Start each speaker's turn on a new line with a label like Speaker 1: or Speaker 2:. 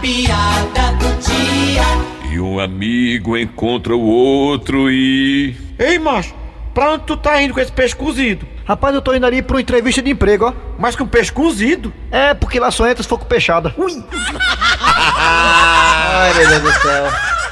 Speaker 1: piada do dia.
Speaker 2: E um amigo encontra o outro e.
Speaker 3: Ei, macho, pra onde tu tá indo com esse peixe cozido?
Speaker 4: Rapaz, eu tô indo ali pra uma entrevista de emprego, ó.
Speaker 3: Mas com peixe cozido?
Speaker 4: É, porque lá só entra se for com peixada.
Speaker 3: Ui!
Speaker 4: Ai, meu Deus do céu.